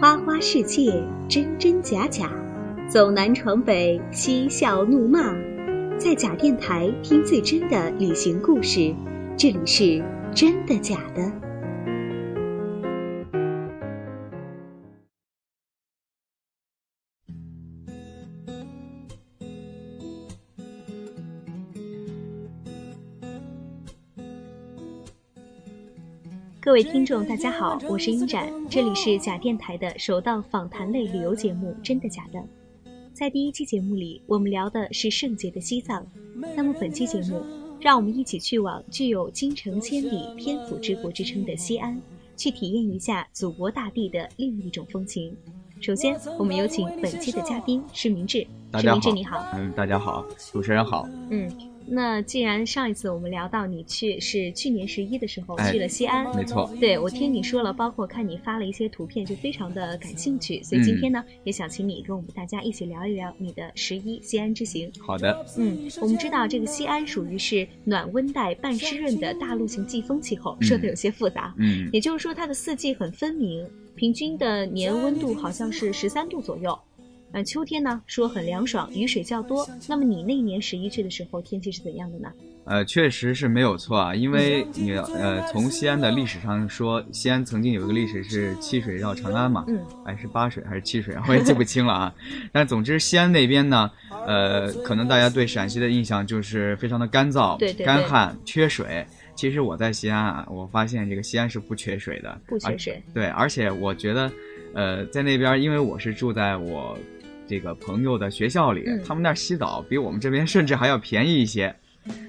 花花世界，真真假假，走南闯北，嬉笑怒骂，在假电台听最真的旅行故事。这里是真的假的。各位听众，大家好，我是英展，这里是假电台的首档访谈类旅游节目《真的假的》。在第一期节目里，我们聊的是圣洁的西藏，那么本期节目，让我们一起去往具有“京城千里、天府之国”之称的西安，去体验一下祖国大地的另一种风情。首先，我们有请本期的嘉宾施明志，大施家明志好，你好。嗯，大家好，主持人好，嗯，那既然上一次我们聊到你去是去年十一的时候哎去了西安，没错，对我嗯听你说了，包括看你发了一些图片，就非常的感兴趣，所以今天呢，也想请你跟我们大家一起聊一聊你的十一西安之行。好的，嗯，我们知道这个西安属于是暖温带半湿润的大陆型季风气候，说的有些复杂，嗯，也就是说它的四季很分明，平均的年温度好像是十三度左右。嗯，秋天呢说很凉爽，雨水较多。那么你那年十一去的时候，天气是怎样的呢？呃，确实是没有错啊，因为你呃，从西安的历史上说，西安曾经有一个历史是七水绕长安嘛，嗯还是八水还是七水，我也记不清了啊。但总之，西安那边呢，呃，可能大家对陕西的印象就是非常的干燥、对对对干旱、缺水。其实我在西安啊，我发现这个西安是不缺水的，不缺而水。对，而且我觉得，呃，在那边，因为我是住在我这个朋友的学校里，嗯他们那儿洗澡比我们这边甚至还要便宜一些，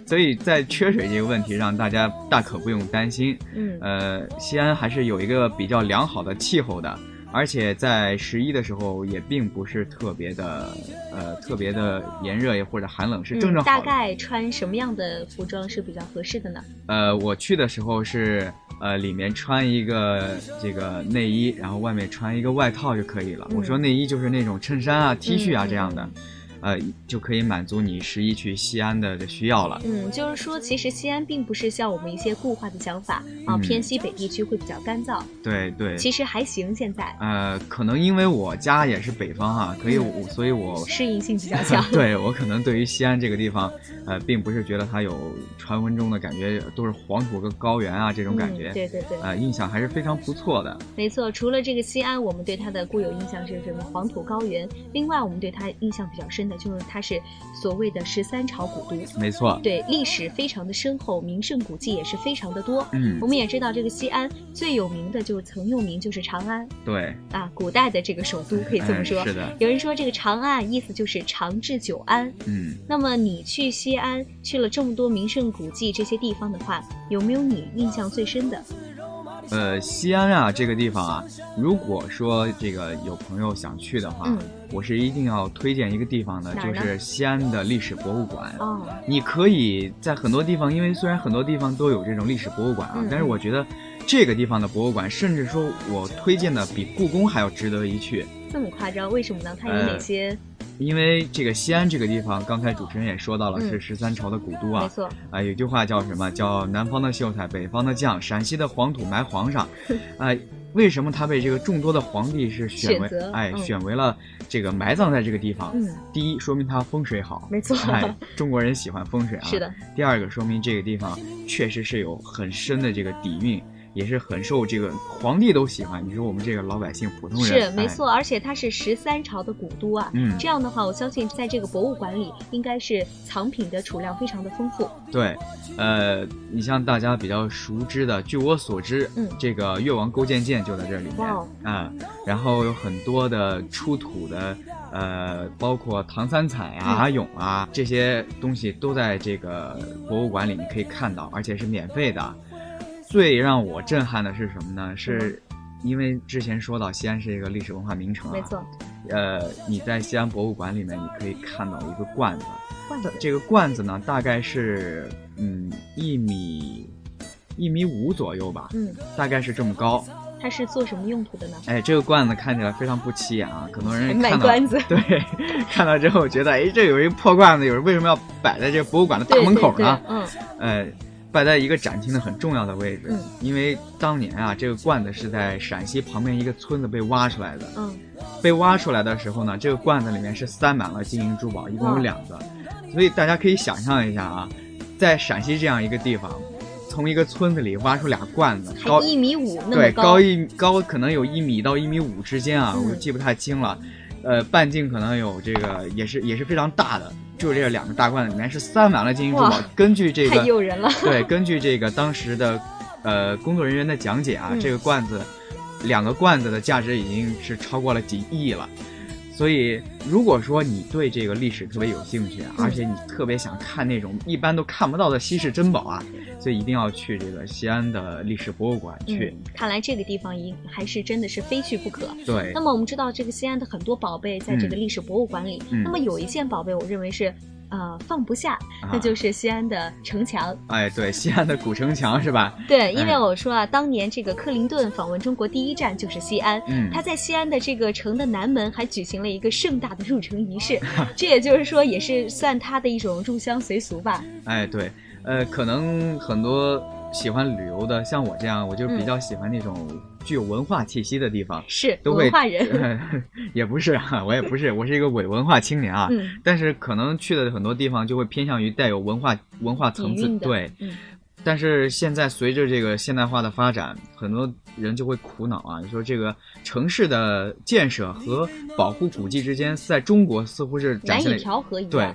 所以在缺水这个问题上，大家大可不用担心。嗯呃，西安还是有一个比较良好的气候的，而且在十一的时候也并不是特别的，呃，特别的炎热也或者寒冷，是正正嗯、大好的。概穿什么样的服装是比较合适的呢？呃，我去的时候是呃里面穿一个这个内衣，然后外面穿一个外套就可以了。嗯我说内衣就是那种衬衫啊、T 恤啊嗯这样的，呃，就可以满足你十一去西安的需要了。嗯，就是说，其实西安并不是像我们一些固化的想法啊，嗯偏西北地区会比较干燥，对对，其实还行，现在呃，可能因为我家也是北方哈、可以嗯我所以我。。适应性比较强 对我可能对于西安这个地方，呃，并不是觉得它有传闻中的感觉，都是黄土跟高原啊这种感觉嗯、，对对对，呃，印象还是非常不错的。没错。除了这个西安，我们对它的固有印象是什么黄土高原，另外我们对它印象比较深的就是它是所谓的十三朝古都，没错，对历史非常的深厚，名胜古迹也是非常的多。嗯我，们也知道，这个西安最有名的就是曾有名就是长安对，啊，古代的这个首都可以这么嗯说。是的，有人说这个长安啊意思就是长治久安。嗯。那么你去西安去了这么多名胜古迹这些地方的话，有没有你印象最深的？呃，西安啊这个地方啊，如果说这个有朋友想去的话，嗯，我是一定要推荐一个地方的，哪儿就呢是西安的历史博物馆。哦，你可以在很多地方，因为虽然很多地方都有这种历史博物馆啊，嗯但是我觉得这个地方的博物馆，甚至说我推荐的比故宫还要值得一去。这么夸张，为什么呢？它有哎哪些？因为这个西安这个地方，刚才主持人也说到了，嗯是十三朝的古都啊。没错，啊，有句话叫什么？叫南方的秀才，北方的将，陕西的黄土埋皇上。啊，为什么他被这个众多的皇帝是选为选择哎嗯选为了这个埋葬在这个地方？嗯，第一，说明它风水好，没错哎，中国人喜欢风水啊。是。的，第二个，说明这个地方确实是有很深的这个底蕴，也是很受这个皇帝都喜欢。你说我们这个老百姓普通人是没。哎错，而且它是十三朝的古都啊。嗯，这样的话，我相信在这个博物馆里，应该是藏品的储量非常的丰富。对，呃，你像大家比较熟知的，据我所知，嗯这个越王勾践剑就在这里面哇哦啊、然后有很多的出土的，呃，包括唐三彩啊、嗯阿勇啊这些东西都在这个博物馆里，你可以看到，而且是免费的。最让我震撼的是什么呢？是因为之前说到西安是一个历史文化名城、啊，没错，呃，你在西安博物馆里面，你可以看到一个罐子，罐子这个罐子呢，大概是嗯一米一米五左右吧，嗯，大概是这么高。它是做什么用途的呢？哎，这个罐子看起来非常不起眼啊，很多人卖看到关子。对看到之后觉得，哎，这有一破罐子，有人为什么要摆在这个博物馆的大对门口对呢？对嗯，呃，摆在一个展厅的很重要的位置，嗯因为当年啊，这个罐子是在陕西旁边一个村子被挖出来的。嗯，被挖出来的时候呢，这个罐子里面是塞满了金银珠宝，一共有哇两个，所以大家可以想象一下啊，在陕西这样一个地方，从一个村子里挖出俩罐子，还高一米五那么对高一高可能有一米到一米五之间啊，嗯我记不太清了，呃，半径可能有这个也是也是非常大的，就这两个大罐子里面是塞满了金银珠宝哇，根据这太个诱人了。对，根据这个当时的呃工作人员的讲解啊，嗯这个罐子两个罐子的价值已经是超过了几亿了。所以，如果说你对这个历史特别有兴趣啊，嗯而且你特别想看那种一般都看不到的稀世珍宝啊，所以一定要去这个西安的历史博物馆去。嗯，看来这个地方一还是真的是非去不可。 对那，么我们知道，这个西安的很多宝贝在这个嗯历史博物馆里。嗯那么有一件宝贝，我认为是呃放不下，啊那就是西安的城墙。哎，对， 西安的古城墙是吧？对，因为嗯我说啊，当年这个克林顿访问中国第一站就是西安。嗯，他在西安的这个城的南门还举行了一个盛大的入城仪 式，这也就是说，也是算他的一种入乡随俗吧。哎，对，呃，可能很多喜欢旅游的，像我这样，我就比嗯较喜欢那种具有文化气息的地方。 是都会文化人，也不是啊，我也不是，我是一个伪文化青 年啊。嗯但是可能去的很多地方就会偏向于带有文化文化层底次蕴，的对。嗯但是现在随着这个现代化的发展，很多人就会苦恼啊，说这个城市的建设和保护古迹之间，在中国似乎是展难现以了调和一嗯样。对，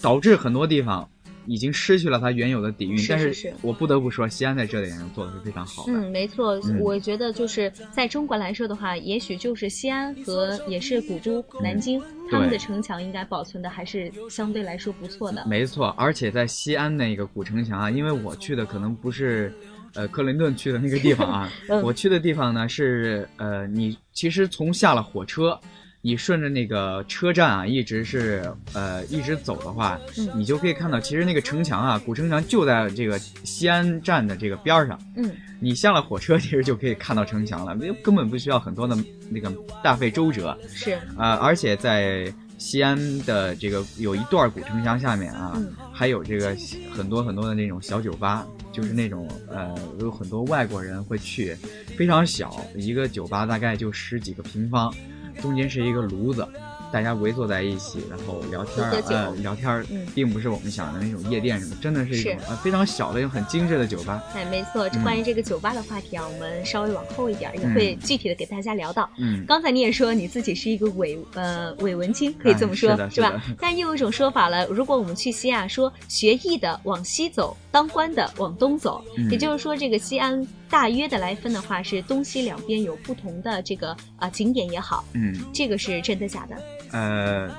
导致很多地方已经失去了它原有的底蕴。是但是是是我不得不说，西安在这点上做的是非常好的。嗯，没错，嗯我觉得就是在中国来说的话，也许就是西安和也是古都嗯南京，他们的城墙应该保存的还是相对来说不错的。没错，而且在西安那个古城嗯墙啊，因为我去的可能不是，呃，克林顿去的那个地方 ，啊嗯我去的地方呢是，呃，你其实从下了火车，你顺着那个车站啊，一直是，呃，一直走的话，嗯你就可以看到，其实那个城墙啊，古城墙就在这个西安站的这个边儿上。嗯，你下了火车， 其实就可以看到城墙了，没有根本不需要很多的那个大费周折。是，呃，而且在西安的这个有一段古城墙下面啊，嗯还有这个很多很多的那种小酒吧，就是那种呃有很多外国人会去，非常小，一个酒吧大概就十几个平方，中间是一个炉子。大家围坐在一起，然后聊天儿喝，酒呃，聊天儿嗯，并不是我们想的那种夜店什么，真的是一种是呃非常小的、一种很精致的酒吧。哎，没错。嗯关于这个酒吧的话题啊，我们稍微往后一点儿，也嗯会具体的给大家聊到。嗯，刚才你也说你自己是一个伪呃伪文青，可以这么说、哎是的是的吧？ 但又有一种说法了，如果我们去西啊，说学艺的往西走，当官的往东走，嗯也就是说，这个西安大约的来分的话，是东西两边有不同的这个啊、呃景点也好，嗯，这个是真的假的？呃，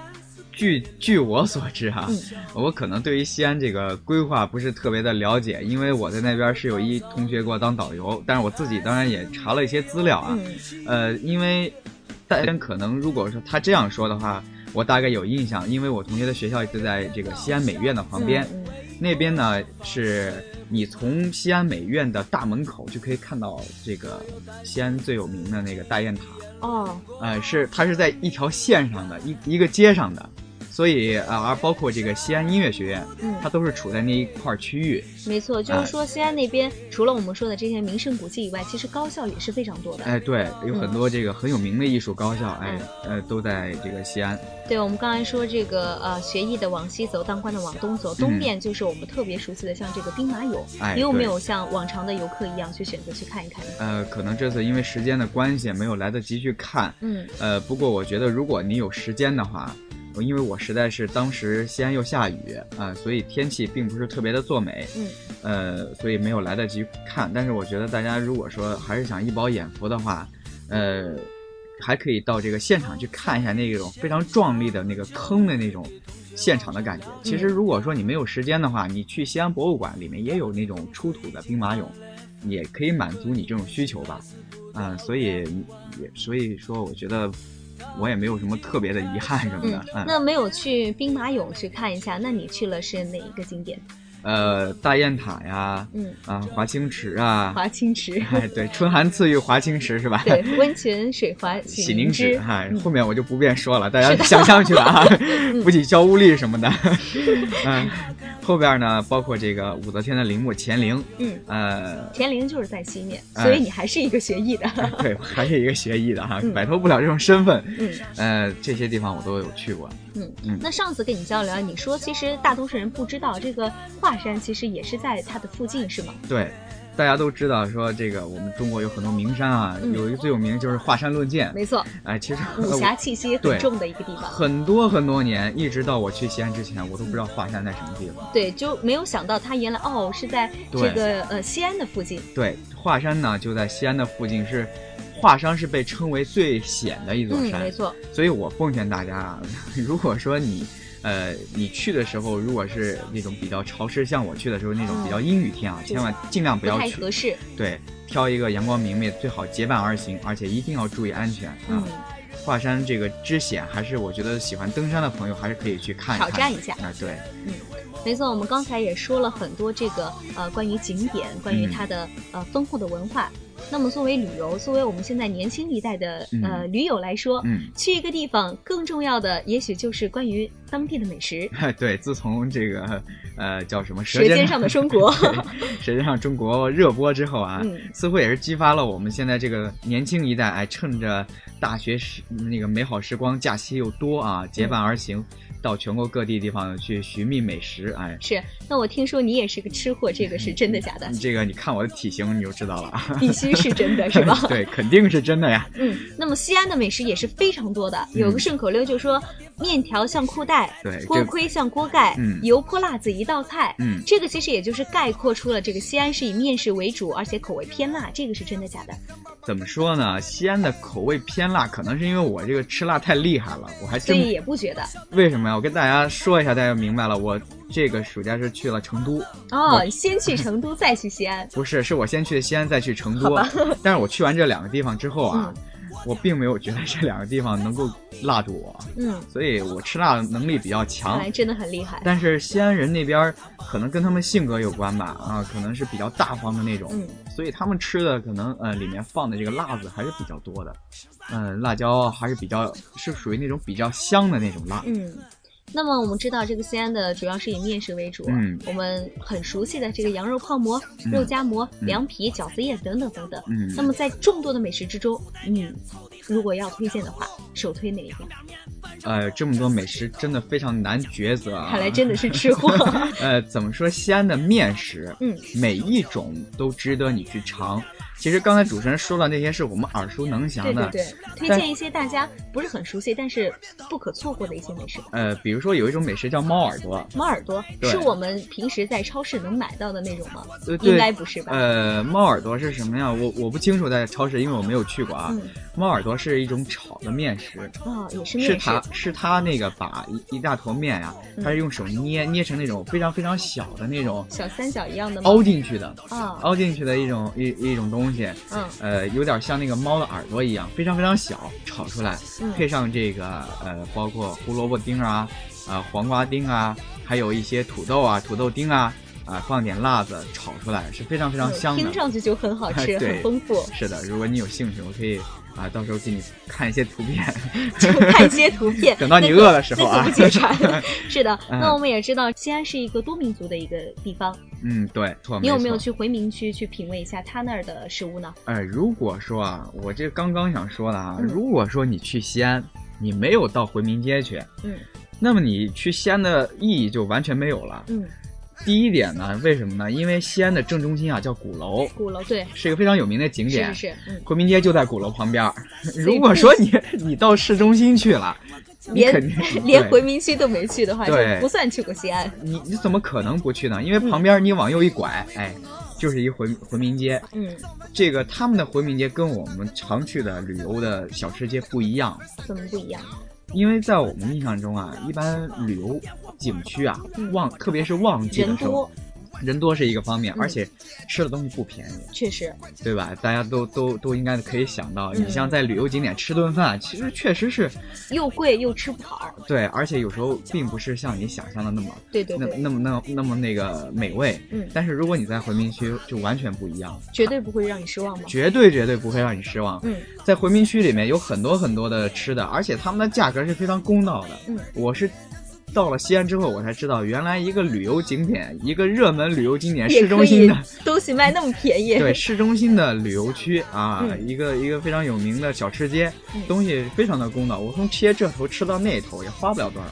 据据我所知哈、嗯我可能对于西安这个规划不是特别的了解，因为我在那边是有一同学给我当导游，但是我自己当然也查了一些资料啊。嗯，呃，因为大家可能如果说他这样说的话，我大概有印象，因为我同学的学校就在这个西安美院的旁边，嗯嗯那边呢是你从西安美院的大门口就可以看到这个西安最有名的那个大雁塔。哦，呃，是它是在一条线上的一一个街上的，所以啊，而包括这个西安音乐学院，嗯它，都是处在那一块儿区域。没错，就是哎说西安那边除了我们说的这些名胜古迹以外，其实高校也是非常多的。哎，对，有很多这个很有名的艺术高校，哎嗯，呃，都在这个西安。对，我们刚才说这个呃，学艺的往西走，当官的往东走，东面就是我们特别熟悉的，像这个兵马俑。嗯哎，你有没对有像往常的游客一样去选择去看一看呢？呃，可能这次因为时间的关系，没有来得及去看。嗯，呃，不过我觉得如果你有时间的话，我因为我实在是当时西安又下雨啊、所以天气并不是特别的作美，嗯，呃，所以没有来得及看。但是我觉得大家如果说还是想一饱眼福的话，呃，还可以到这个现场去看一下那种非常壮丽的那个坑的那种。现场的感觉，其实如果说你没有时间的话，你去西安博物馆里面也有那种出土的兵马俑，也可以满足你这种需求吧。嗯，所以也所以说，我觉得我也没有什么特别的遗憾什么嗯的。嗯，那没有去兵马俑去看一下，那你去了是哪一个景点？呃，大雁塔呀，嗯，啊，华清池啊，华清 池，哎，对，春寒赐浴华清池是吧？对，温泉水滑 喜宁宁池之，哈、哎嗯后面我就不 便说了，大家想象去吧啊，补给教务力什么的，嗯，后边呢，包括这个武则天的陵墓乾陵，嗯，呃，乾陵就是在西面，哎所以你还是一个学艺的。 对，我还是一个学艺的哈嗯，摆脱不了这种身份。嗯呃，这些地方我都有去过。嗯，那上次跟你交流，你说其实大多数人不知道这个华山其实也是在它的附近，是吗？对，大家都知道说这个我们中国有很多名山啊，嗯有一个最有名就是华山论剑。没错，哎，其实武 侠气息很对重的一个地方。很多很多年，一直到我去西安之前，我都不知道华山在什么地方。对，就没有想到他原来哦是在这对个呃西安的附近。对，华山呢就在西安的附近是。华山是被称为最险的一座嗯，山，没错，所以我奉劝大家啊， 如果说你，呃，你去的时候，如果是那种比较潮湿，像我去的时候那种比较阴雨天啊，千万尽量嗯不不要太去。啊合适。对，挑一个阳光明媚，最好结伴而行，而且一定要注意安全啊。嗯，华山这个之险，还是我觉得喜欢登山的朋友还是可以去看一看挑战一下啊。对，没错，我们刚才也说了很多这个呃关于景点，关嗯于它的、呃丰富的文化。那么作为旅游，作为我们现在年轻一代的、嗯呃驴友来说，嗯，去一个地方更重要的也许就是关于当地的美食， 对，自从这个呃叫什么《舌尖上的中国 对舌尖上中国热播之后啊，嗯似乎也是激发了我们现在这个年轻一代，哎，趁着大学时嗯那个美好时光，假期又多啊，结嗯伴而行，到全国各地地方去寻觅美食，哎。嗯是。那我听说你也是个吃货，这个是真的假的？这个你看我的体型你就知道了啊，必须是真的， 是吧？ 对，肯定是真的呀。嗯，那么西安的美食也是非常多的，嗯有个顺口溜就说“面条像裤带，对锅这盔像锅盖，嗯油泼辣子一道菜”嗯这个其实也就是概括出了这个西安是以面食为主，而且口味偏辣，这个是真的假的？怎么说呢？西安的口味偏辣，可能是因为我这个吃辣太厉害了，我还所真以也不觉得为什么呀？我跟大家说一下，大家就明白了。我这个暑假是去了成都，哦。先去成都，再去西安，不是，是我先去的西安，再去成都。但是我去完这两个地方之后啊，嗯我并没有觉得这两个地方能够辣住我，嗯，所以我吃辣的能力比较看强来。真的很厉害。但是西安人那边儿可能跟他们性格有关吧，啊，可能是比较大方的那种，嗯所以他们吃的可能呃里面放的这个辣子还是比较多的，嗯、辣椒还是比较是属于那种比较香的那种辣，嗯，那么我们知道这个西安的主要是以面食为主，啊嗯我们很熟悉的这个羊肉泡馍、嗯肉夹馍、嗯凉皮、饺子叶等等等等。嗯那么在众多的美食之中，你如果要推荐的话，首推哪一个？呃，这么多美食真的非常难抉择啊。看来真的是吃 货。呃，怎么说西安的面食，嗯，每一种都值得你去尝。其实刚才主持人说的那些是我们耳熟能详对的对，对，推但荐一些大家不是很熟悉，但是不可错过的一些美食。呃，比如说有一种美食叫猫耳朵，猫耳朵对是我们平时在超市能买到的那种吗？呃，应对该，不是吧？呃，猫耳朵是什么呀？我我不清楚，在超市，因为我没有去过啊。嗯，猫耳朵是一种炒的面食，哦，也是是面食它。是它那个把一一大坨面呀、嗯它是用手捏捏成那种非常非常小的那种小三角一样的吗？凹进去的，啊，凹进去的一种一一种东西，嗯呃，有点像那个猫的耳朵一样，非常非常小，炒出来，嗯，配上这个呃，包括胡萝卜丁啊，啊、黄瓜丁啊，还有一些土豆啊、土豆丁啊，啊、放点辣子炒出来是非常非常嗯香的听。上去就很好吃， 对很丰富。是的，如果你有兴趣，我可以啊、到时候给你看一些图片。 就看些图片，等到你饿的时候那啊可不解 馋。是的，嗯那我们也知道西安是一个多民族的一个地方，嗯，对，错，你有错没有去回民区去品味一下他那儿的食物呢？呃，如果说啊，我这刚刚想说的啊，嗯如果说你去西安，你没有到回民街去，嗯那么你去西安的意义就完全没有了。嗯，第一点呢，为什么呢？因为西安的正中心啊叫鼓楼，鼓楼对，是一个非常有名的景是点。是是，嗯，回民街就在鼓楼旁边儿。以如果说你你到市中心去了，你连肯 定连对回民区都没去的话，就对不算去过西安。你你怎么可能不去呢？因为旁边你往右一拐，哎，就是一回回民街。嗯，这个他们的回民街跟我们常去的旅游的小吃街不一样，怎么不一样？因为在我们印象中啊，一般旅游景区啊嗯，旺特别是旺季人的时候，多，人多是一个方面，嗯而且吃的东西不便宜。确实，对吧？大家都都都应该可以想到，嗯你像在旅游景点吃顿饭，其实确实是又贵又吃不好。对，而且有时候并不是像你想象的那么对对那对，那么那那么那个美味。嗯但是如果你在回民区，就完全不一样，绝对不会让你失望吧？绝对绝对不会让你失望。嗯在回民区里面有很多很多的吃的，而且他们的价格是非常公道的。嗯，我是到了西安之后，我才知道，原来一个旅游景点，一个热门旅游景点，市中心的东西卖那么便宜。对，市中心的旅游区啊，嗯一个一个非常有名的小吃街，嗯东西非常的公道。我从切这头吃到那头，也花不了多少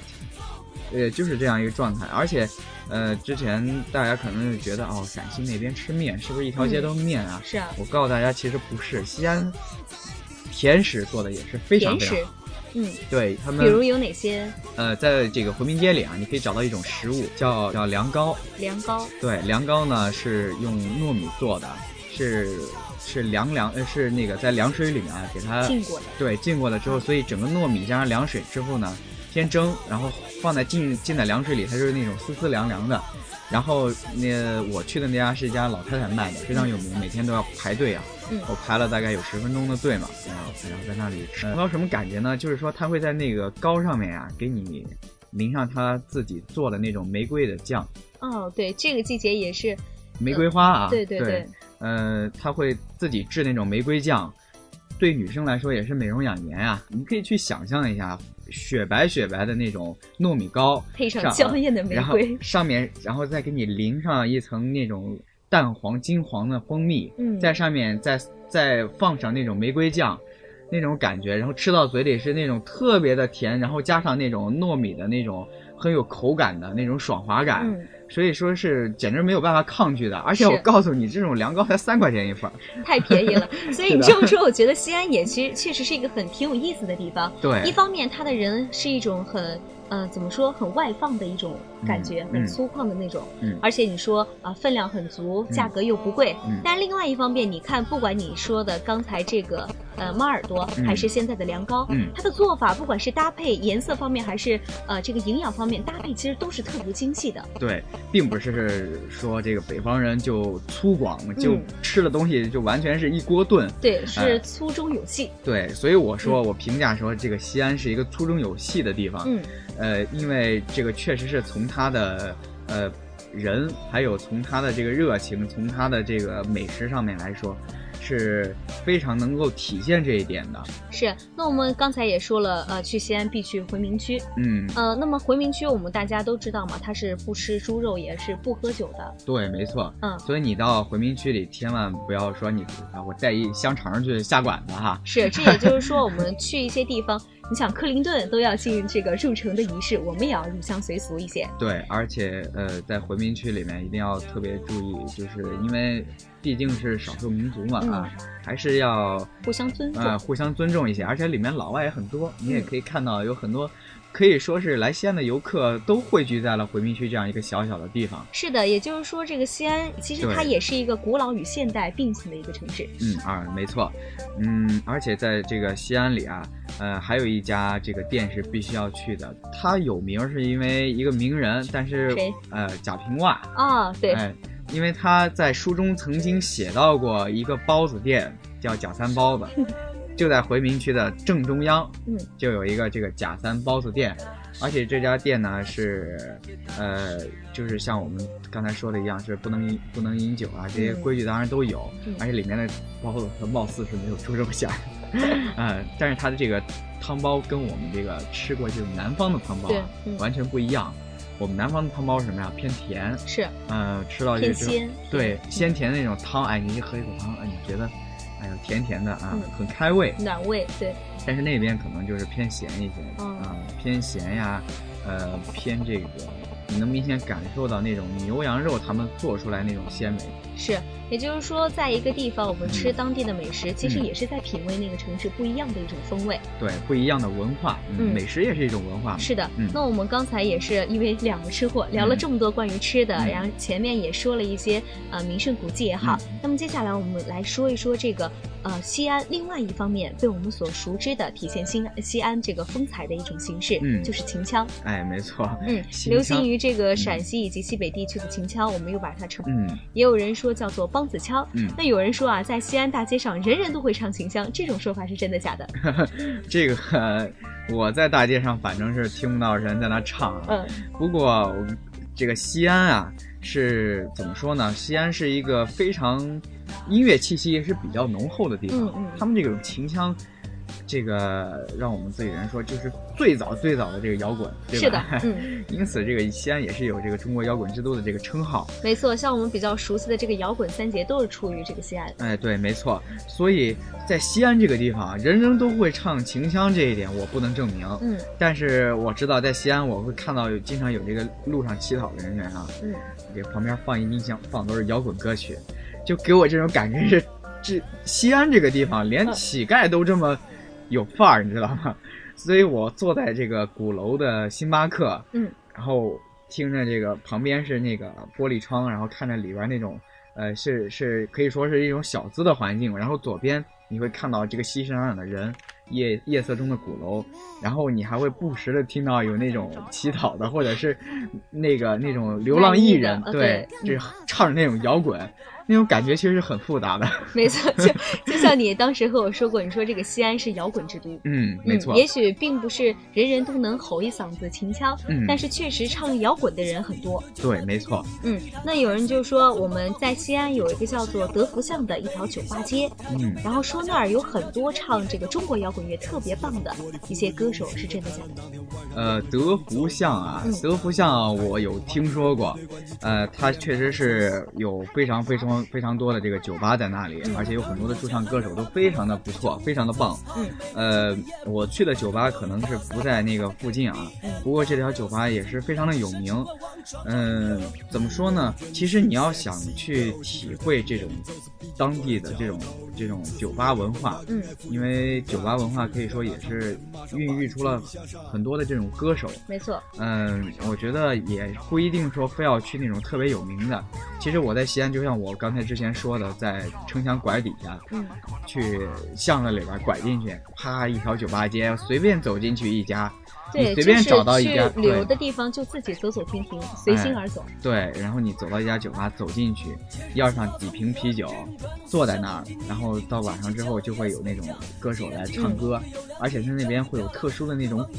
钱，也就是这样一个状态。而且，呃，之前大家可能就觉得，哦，陕西那边吃面是不是一条街都是面 啊？是啊，我告诉大家，其实不是，西安甜食做的也是非常甜非常食好。，嗯，对他们比如有哪些呃，在这个回民街里啊，你可以找到一种食物叫叫凉糕。凉糕？对，凉糕呢是用糯米做的，是是凉凉呃是那个在凉水里面啊给它浸过的，对浸过了之后，所以整个糯米加上凉水之后呢，先蒸，然后放在浸浸在凉水里，它就是那种丝丝凉凉的。然后那我去的那家是一家老太太卖的，非常有名，每天都要排队啊。嗯我排了大概有十分钟的队嘛，然后然后在那里吃。然后什么感觉呢？就是说它会在那个糕上面啊，给你淋上他自己做的那种玫瑰的酱，哦，对，这个季节也是，玫瑰花啊。对对对对，呃，他会自己制那种玫瑰酱，对女生来说也是美容养颜啊。你可以去想象一下，雪白雪白的那种糯米糕，配上上娇艳的玫然后瑰，上面，然后再给你淋上一层那种淡黄金黄的蜂蜜，嗯，在上面再再放上那种玫瑰酱，那种感觉，然后吃到嘴里是那种特别的甜，然后加上那种糯米的那种很有口感的那种爽滑感，嗯，所以说是简直没有办法抗拒的。而且我是告诉你，这种凉糕才三块钱一份儿，太便宜 了。所以是你的这么说，我觉得西安也其实确实是一个很挺有意思的地方。一对，方面，他的人是一种很，呃，怎么说，很外放的一种感觉，嗯很嗯粗犷的那种。嗯而且你说啊、分量很足，嗯价格又不贵。嗯但另外一方面，你看，不管你说的刚才这个呃猫耳朵，嗯还是现在的凉糕，嗯它的做法，不管是搭配颜色方面，还是呃这个营养方面搭配，其实都是特别精细的。对，并不是说这个北方人就粗犷，就嗯吃的东西就完全是一锅炖。对，是哎粗中有细。对，所以嗯我说，我评价说这个西安是一个粗中有细的地方。嗯，呃，因为这个确实是从他的呃人，还有从他的这个热情，从他的这个美食上面来说，是非常能够体现这一点的。是。那我们刚才也说了，呃，去西安必去回民区。嗯，呃，那么回民区我们大家都知道嘛，它是不吃猪肉，也是不喝酒的。对，没错。嗯，所以你到回民区里，千万不要说你啊，我带一香肠去下馆子哈。是，这也就是说，我们去一些地方，你想克林顿都要进这个入城的仪式，我们也要入乡随俗一些。对，而且呃，在回民区里面一定要特别注意，就是因为毕竟是少数民族嘛嗯啊，还是要互相尊重。呃互相尊重一些。而且里面老外也很多，你也可以看到有很多可以说是来西安的游客都汇聚在了回民区这样一个小小的地方。是的，也就是说，这个西安其实它对也是一个古老与现代并存的一个城市。嗯啊，没错，嗯，而且在这个西安里啊，呃，还有一家这个店是必须要去的，它有名儿是因为一个名人，但是谁呃贾平凹。啊，对，哎，因为他在书中曾经写到过一个包子店，叫贾 三包子，就在回民区的正中央，嗯，就有一个这个贾三包子店，而且这家店呢是，呃，就是像我们刚才说的一样，是不能饮不能饮酒啊，这些嗯规矩当然都有，嗯而且里面的包子貌似是没有猪肉馅儿，呃，但是它的 这个汤包跟我们这个吃过就是南方的汤包对啊，嗯完全不一样。我们南方的汤包是什么呀？偏甜，是嗯，吃到这偏个之后，鲜。对鲜甜的那种汤，哎，你一喝一口汤，哎，你觉得，哎呦，甜甜的啊嗯，很开胃。暖胃，对，但是那边可能就是偏咸一些，嗯啊，偏咸呀，呃，偏这个，你能明显感受到那种牛羊肉他们做出来那种鲜美。是，也就是说，在一个地方，我们吃嗯当地的美食，其实嗯也是在品味那个城市不一样的一种风味。对，不一样的文化，嗯美食也是一种文化嘛。是的，嗯那我们刚才也是因为两个吃货聊了嗯这么多关于吃的，嗯然后前面也说了一些呃名胜古迹也好，嗯那么接下来我们来说一说这个呃西安另外一方面被我们所熟知的体现新西安这个风采的一种形式，嗯就是秦腔，哎，没错，嗯，秦腔流行于这个陕西以及西北地区的秦腔，我们又把它称，嗯也有人说叫做梆子腔。嗯，那有人说啊，在西安大街上人人都会唱秦腔，这种说法是真的假的？这个 呃我在大街上反正是听不到人在那唱啊，嗯，不过我们这个西安啊，是怎么说呢？西安是一个非常音乐气息也是比较浓厚的地方，嗯嗯他们这种秦腔。这个让我们自己人说，就是最早最早的这个摇滚，对是的吧？，嗯， 因此，这个西安也是有这个中国摇滚之都的这个称号。没错，像我们比较熟悉的这个摇滚三杰都是出于这个西安。哎，对，没错。所以在西安这个地方，人人都会唱秦腔这一点，我不能证明。嗯但是我知道，在西安我会看到有经常有这个路上乞讨的人员啊，嗯，给旁边放一音响，放都是摇滚歌曲，就给我这种感觉 是，这西安这个地方连嗯乞丐都这么有范儿，你知道吗？ 所以我坐在这个鼓楼的星巴克，嗯，然后听着这个旁边是那个玻璃窗，然后看着里边那种，呃，是是可以说是一种小资的环境，然后左边你会看到这个熙熙攘攘的人，夜夜色中的鼓楼，然后你还会不时的听到有那种乞讨的，或者是那个那种流浪艺人卖艺的，呃嗯对，就是唱着那种摇滚，那种感觉其实是很复杂的。没错，就就像你当时和我说过，你说这个西安是摇滚之都。 嗯，没错嗯，，也许并不是人人都能吼一嗓子秦腔，嗯但是确实唱摇滚的人很多。对，没错，嗯，那有人就说我们在西安有一个叫做德福巷的一条酒吧街，嗯，然后说那儿有很多唱这个中国摇滚乐特别棒的一些歌手，是真的假的？呃，德福巷啊嗯，德福巷我有听说过，呃，它确实是有非常非常非常多的这个酒吧在那里，而且有很多的驻唱歌手都非常的不错，非常的棒。嗯，呃，我去的酒吧可能是不在那个附近啊嗯，不过这条酒吧也是非常的有名。嗯、怎么说呢？其实你要想去体会这种当地的这种这种酒吧文化，嗯，因为酒吧文化可以说也是孕育出了很多的这种歌手。没错，嗯，我觉得也不一定说非要去那种特别有名的。其实我在西安，就像我刚才之前说的，在城墙拐底下嗯，去巷子里边拐进去，啪一条酒吧街，随便走进去一家，对，你随便就是找到一家，去旅游对哎的地方就自己走走停停，随心而走。对，然后你走到一家酒吧，走进去，要上几瓶啤酒，坐在那儿，然后到晚上之后就会有那种歌手来唱歌，而且他那边会有特殊的那种鼓，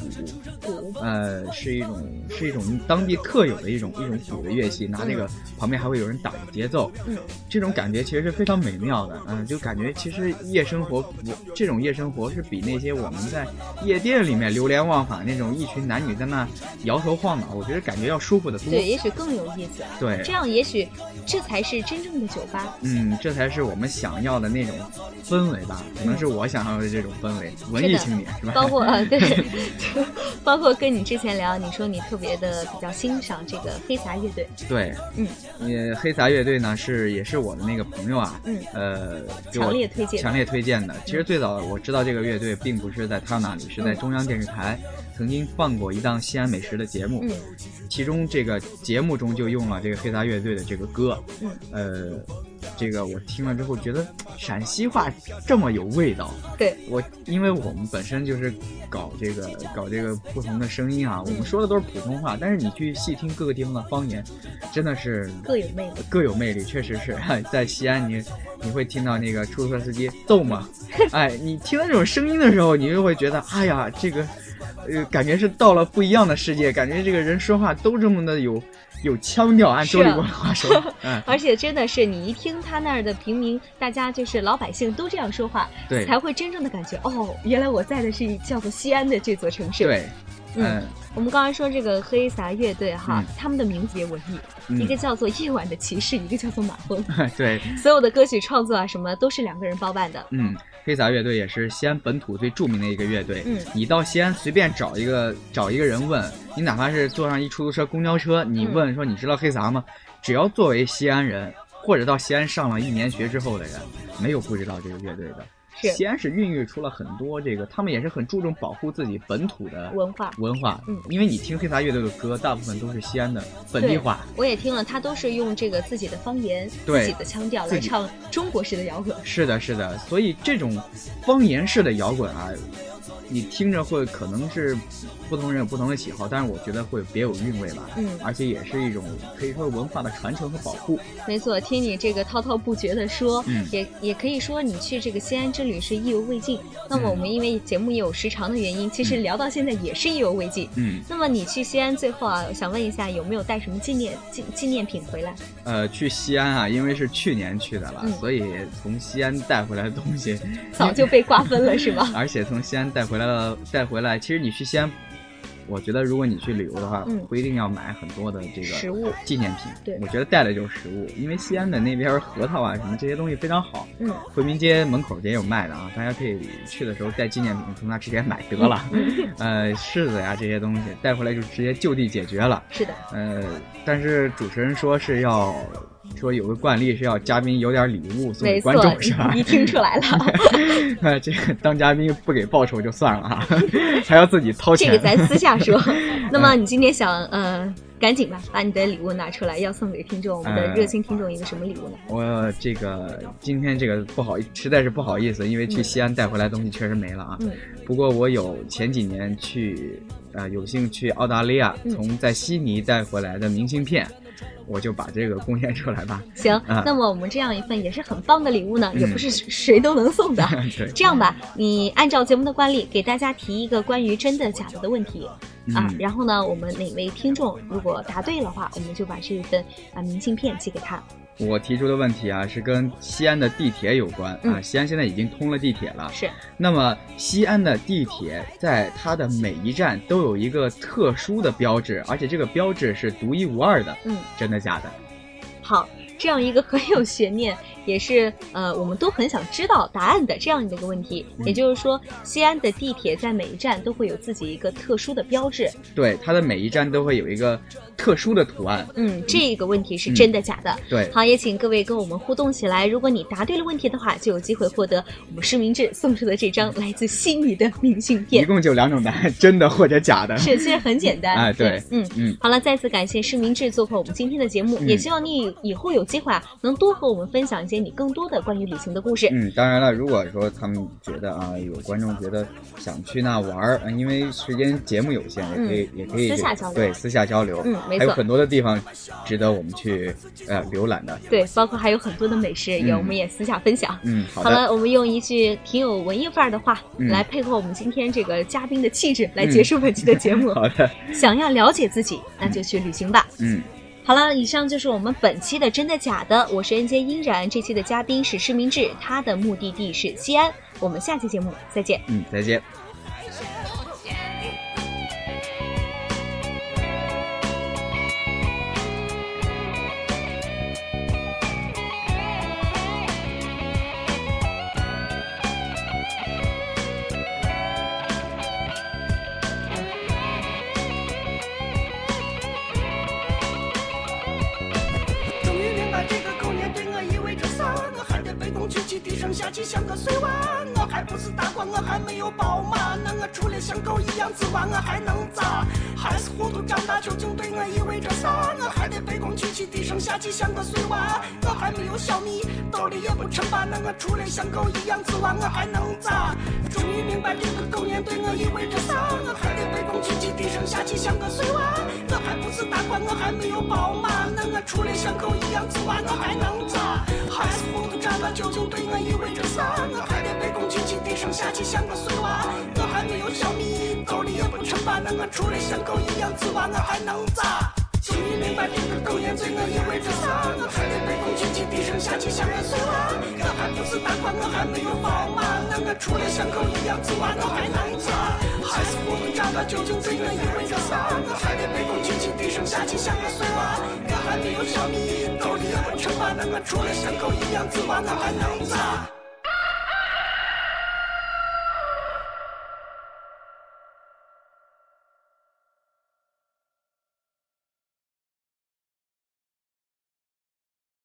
嗯鼓，呃，是一种是一种当地特有的一种一种鼓的乐器，拿这个旁边还会有人打着节奏，嗯这种感觉其实是非常美妙的，嗯、就感觉其实夜生活，我这种夜生活是比那些我们在夜店里面流连忘返那种一群男女在那摇头晃脑，我觉得感觉要舒服得多。对，也许更有意思。啊对这样也许这才是真正的酒 吧。嗯，这才是我们想要的那种氛围吧，可能是我想要的这种氛围，文艺青年是吧？包括呃，对，就包括跟你之前聊，你说你特别的比较欣赏这个黑撒乐队，对，嗯，也黑撒乐队呢是也是我的那个朋友啊，嗯，呃，给我强烈推荐嗯强烈推荐的。其实最早我知道这个乐队并不是在他那里，是在中央电视台曾经放过一档西安美食的节目，嗯其中这个节目中就用了这个黑撒乐队的这个歌，嗯，呃，这个我听了之后觉得陕西话这么有味道，对我，因为我们本身就是搞这个搞这个不同的声音啊，我们说的都是普通话，但是你去细听各个地方的方言，真的是各有魅力。各有魅力，确实是 在西安你你会听到那个出租车司机逗嘛， 哎，你听到这种声音的时候，你就会觉得，哎呀，这个，呃，感觉是到了不一样的世界，感觉这个人说话都这么的有有腔调，按周立啊波的话说， 嗯，而且真的是，你一听他那儿的平民，大家就是老百姓都这样说话，对才会真正的感觉哦，原来我在的是叫做西安的这座城市。，对，嗯嗯，我们刚才说这个黑撒乐队哈，嗯他们的名字也文艺，嗯一个叫做《夜晚的骑士》，一个叫做《马蜂》， 对，所有的歌曲创作啊什么都是两个人包办的。嗯，黑撒乐队也是西安本土最著名的一个乐队。嗯你到西安随便找一个找一个人问，你哪怕是坐上一出租车、公交车，你嗯问说你知道黑撒吗？只要作为西安人或者到西安上了一年学之后的人，没有不知道这个乐队的。是西安是孕育出了很多这个，他们也是很注重保护自己本土的文化文化。嗯因为你听黑撒乐队的歌，大部分都是西安的本地对话。我也听了，他都是用这个自己的方言、对自己的腔调来自己唱中国式的摇滚。是的，是的，所以这种方言式的摇滚啊，你听着会可能是不同人有不同的喜好，但是我觉得会别有韵味吧。嗯，而且也是一种可以说文化的传承和保护。没错，听你这个滔滔不绝的说，嗯也也可以说你去这个西安之旅是意犹未尽。那么嗯我们因为节目也有时长的原因，其实嗯聊到现在也是意犹未尽。嗯，那么你去西安最后啊，我想问一下有没有带什么纪念纪纪念品回来？呃，去西安啊，因为是去年去的了，嗯所以从西安带回来的东西，早就被瓜分了是 吧？而且从西安带回来了，带回来，其实你去西安，我觉得如果你去旅游的话，嗯不一定要买很多的这食个物，纪念品，对我觉得带的就是食物，因为西安的那边核桃啊什么这些东西非常好，嗯，回民街门口也有卖的啊，大家可以去的时候带纪念品从那直接买 得了，呃，柿子呀这些东西带回来就直接就地解决了。是的，呃，但是主持人说是要说有个惯例是要嘉宾有点礼物送没给错观众是吧，你？听出 来了，呃，这个当嘉宾不给报酬就算了啊，还要自己 掏这钱。个咱私下说。那么你今天想呃，赶紧吧，把你的礼物拿出来，要送给听众我们的呃热心听众一个什么礼物呢？ 我这个今天这个不好，实在是不好意思，因为去西安带回来的东西确实没了啊。嗯不过我有前几年去，呃，有幸去澳大利亚，嗯从在悉尼带回来的明信片，我就把这个贡献出来吧。 行，嗯那么我们这样一份也是很棒的礼物呢，也嗯不是谁都能送的。对，这样吧，你按照节目的惯例，给大家提一个关于真的假的的问题、啊，嗯，然后呢，我们哪位听众如果答对的话，我们就把这一份啊明信片寄给他。我提出的问题啊是跟西安的地铁有关、啊。嗯西安现在已经通了地铁了，是，那么西安的地铁在它的每一站都有一个特殊的标志，而且这个标志是独一无二的。嗯，真的假的？好，这样一个很有悬念， 也是呃我们都很想知道答案的这样的一个问题。嗯也就是说，西安的地铁在每一站都会有自己一个特殊的标志。对，它的每一站都会有一个特殊的图案。嗯，这个问题是真的假的？对，好，也请各位跟我们互动起来。如果你答对了问题的话，就有机会获得我们施明志送出的这张来自悉尼的明信一片。共就两种答案，真的或者假的。是，其实很简单。哎对嗯。嗯，好了，再次感谢施明志做客我们今天的节目，嗯也希望你以后有机会啊，能多和我们分享一些你更多的关于旅行的故事。嗯，当然了，如果说他们觉得啊，有观众觉得想去那玩儿，嗯因为时间节目有限，也可以、也可嗯以私下交流对私下交流，嗯没还有错很多的地方值得我们去呃浏览的。对，包括还有很多的美食，也嗯我们也私下分享。嗯，好好的，了，我们用一句挺有文艺范儿的话，嗯来配合我们今天这个嘉宾的气质，来嗯结束本期的节目。 好的，想要了解自己，那就去旅行吧。嗯，好了，以上就是我们本期的真的假的，我是 N J 殷然，这期的嘉宾是施明志，他的目的地是西安，我们下期节目再见。嗯，再见。终于明白这个狗年对我意味着啥，我还得被动去起低声下气像个碎娃，我还不是大官，我还没有宝马，那我除了像狗一样自娃，我还能咋？孩子糊涂长大究竟对我意味着啥？我还得卑躬屈膝低声下气像个碎娃，我还没有小米，兜里也不称霸，那我除了像狗一样自娃，我还能咋？终于明白这个狗年对我意味着啥，我还得卑躬屈膝低声下气像个碎娃，我还不是大官，我还没有宝马，那我除了像狗一样自娃，我还能咋？孩子糊涂长大究竟对我意味着啥？我还得卑躬屈膝低声下气像个碎娃，我还没有小米，兜里也不称霸，那我除了像狗一样自娃，我还能咋？终于明白这个狗眼最我意味着啥，我还得卑躬屈膝低声下气像个碎娃，我还不是大款，我还没有宝马，那我除了像狗一样自娃，我还能咋？孩子糊涂长大究竟对我意味着啥？我还得卑躬屈膝低声下气像个碎娃，我还没有小米，兜里也不称霸，那我除了像狗一样自娃，我还能咋？